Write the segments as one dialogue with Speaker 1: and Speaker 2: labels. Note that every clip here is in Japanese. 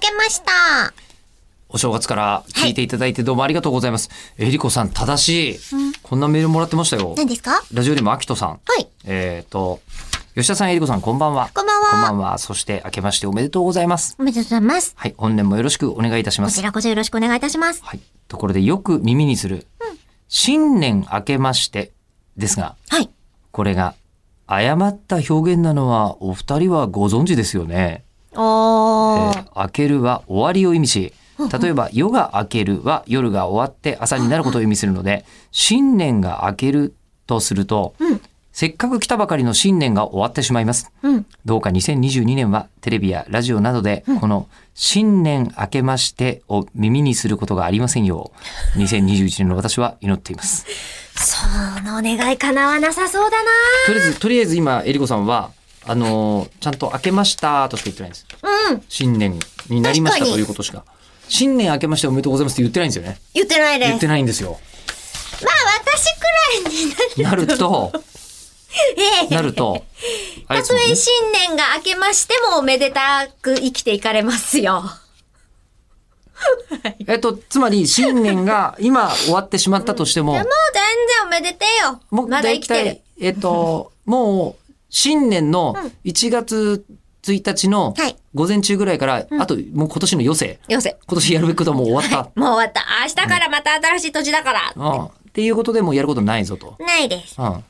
Speaker 1: けました。
Speaker 2: お正月から聞いていただいてどうもありがとうございます。えりこさん、正しい、こんなメールもらってましたよ。
Speaker 1: 何ですかは
Speaker 2: ラジオでもあきとさん。
Speaker 1: い。
Speaker 2: えっ、と、吉田さん、えりこさん、こんばんは。
Speaker 1: こんばんは
Speaker 2: こんばんは。そして、明けましておめでとうございます。
Speaker 1: おめでとうございます。
Speaker 2: はい、本年もよろしくお願いいたしま
Speaker 1: こ
Speaker 2: す
Speaker 1: ち。らこそよろしくお願いいたします。
Speaker 2: はい。ところで、よく耳にする、新年明けまして、ですが、
Speaker 1: はい。
Speaker 2: これが、誤った表現なのは、お二人はご存知ですよね。え
Speaker 1: おー。
Speaker 2: ー明けるは終わりを意味し、例えば夜が明けるは夜が終わって朝になることを意味するので、新年が明けるとすると、
Speaker 1: うん
Speaker 2: せっかく来たばかりの新年が終わってしまいます。
Speaker 1: うん。
Speaker 2: どうか2022年はテレビやラジオなどで、この新年明けましてを耳にすることがありませんよう、2021年の私は祈っています。
Speaker 1: そのお願い叶わなさそうだな
Speaker 2: とりあえず、とりあえず今、えりこさんは、あのーちゃんと明けましたとしか言ってないんです。
Speaker 1: うん。
Speaker 2: 新年になりました
Speaker 1: 確かに
Speaker 2: ということしか。新年明けましておめでとうございますって言ってないんですよね。
Speaker 1: 言ってないで
Speaker 2: 言っ
Speaker 1: す。
Speaker 2: てないんですよ。
Speaker 1: まあ、私くらいにな る。
Speaker 2: なる と、
Speaker 1: ええ
Speaker 2: なると、あれ
Speaker 1: た
Speaker 2: です
Speaker 1: と
Speaker 2: もんね
Speaker 1: え新年が明けましてもおめでたく生きていかれますよ。
Speaker 2: えっと、つまり新年が今終わってしまったとして
Speaker 1: いや
Speaker 2: も
Speaker 1: もう、全然おめでてえよ。
Speaker 2: もう
Speaker 1: まだ生
Speaker 2: 大
Speaker 1: きてる
Speaker 2: 体。、えっと、もう新年の
Speaker 1: うん
Speaker 2: 1月1日の
Speaker 1: はい
Speaker 2: 午前中ぐらいから、あともう今年の余生、
Speaker 1: よせ。
Speaker 2: 今年やるべきことはもう終わった。
Speaker 1: もう終わった。明日からまた新しい土地だから。
Speaker 2: うんっていうことでもうやることないぞと。
Speaker 1: ないです。
Speaker 2: うん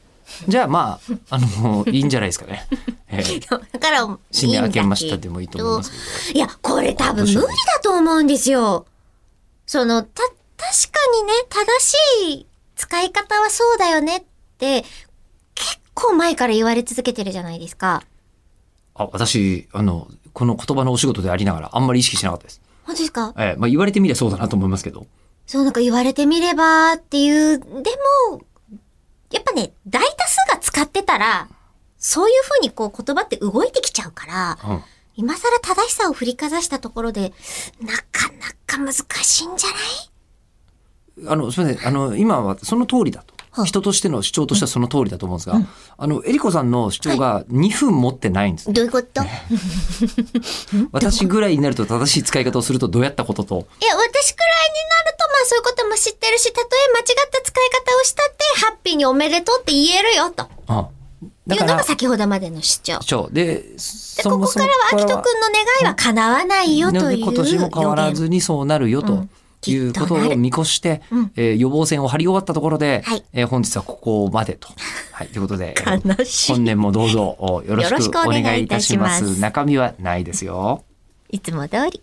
Speaker 2: じゃあまあ、あの、いいんじゃないですかね。ええ
Speaker 1: だから、いいんだけど
Speaker 2: 新年明けましたでもいいと思いますけど。
Speaker 1: いや、これ多分無理だと思うんですよ。その、た、確かにね、正しい使い方はそうだよねって、結構前から言われ続けてるじゃないですか。
Speaker 2: あ、私、あの、この言葉のお仕事でありながら、あんまり意識しなかったです。
Speaker 1: 本当ですか
Speaker 2: ええ、まあ言われてみりゃそうだなと思いますけど。
Speaker 1: そう、なんか言われてみればっていう、でも、やっぱね、大多数が使ってたら、そういうふうにこう言葉って動いてきちゃうから、
Speaker 2: うん。
Speaker 1: 今更正しさを振りかざしたところで、なかなか難しいんじゃない
Speaker 2: あの、すみません。あの、今はその通りだ
Speaker 1: は
Speaker 2: と。
Speaker 1: い
Speaker 2: 人としての主張としてはその通りだと思うんですが、あの、えりこさんの主張が2分持ってないんです。
Speaker 1: どういうこといや、
Speaker 2: 私ぐらいになると正しい使い方をするとどうやったことと、
Speaker 1: 私くらいになると、まあそういうことも知ってるし、たとえ間違った使い方をしたって、ハッピーにおめでとうって言えるよ、と
Speaker 2: うん。だ
Speaker 1: い
Speaker 2: か
Speaker 1: うのが
Speaker 2: ら、
Speaker 1: 先ほどまでの主張。
Speaker 2: 主張。で、
Speaker 1: で、
Speaker 2: そ
Speaker 1: こ
Speaker 2: も
Speaker 1: こ
Speaker 2: そ
Speaker 1: から
Speaker 2: も
Speaker 1: は、秋人くんの願いは叶わないよ、と
Speaker 2: の
Speaker 1: い
Speaker 2: で
Speaker 1: う。
Speaker 2: 今年も変わら
Speaker 1: 予
Speaker 2: ずにそうなるよ
Speaker 1: う
Speaker 2: と
Speaker 1: ん。
Speaker 2: いうことを見越して、えー予防線を張り終わったところで、
Speaker 1: はい
Speaker 2: えー本日はここまでと。はい、ということで、えー
Speaker 1: 言。悲しい
Speaker 2: 本。年もどうぞおよろし
Speaker 1: よろ
Speaker 2: く
Speaker 1: し
Speaker 2: お
Speaker 1: くお願
Speaker 2: 願
Speaker 1: い
Speaker 2: い
Speaker 1: い
Speaker 2: い
Speaker 1: た
Speaker 2: た
Speaker 1: し
Speaker 2: し
Speaker 1: ま
Speaker 2: ますす。中身はないですよ。
Speaker 1: いつも通り。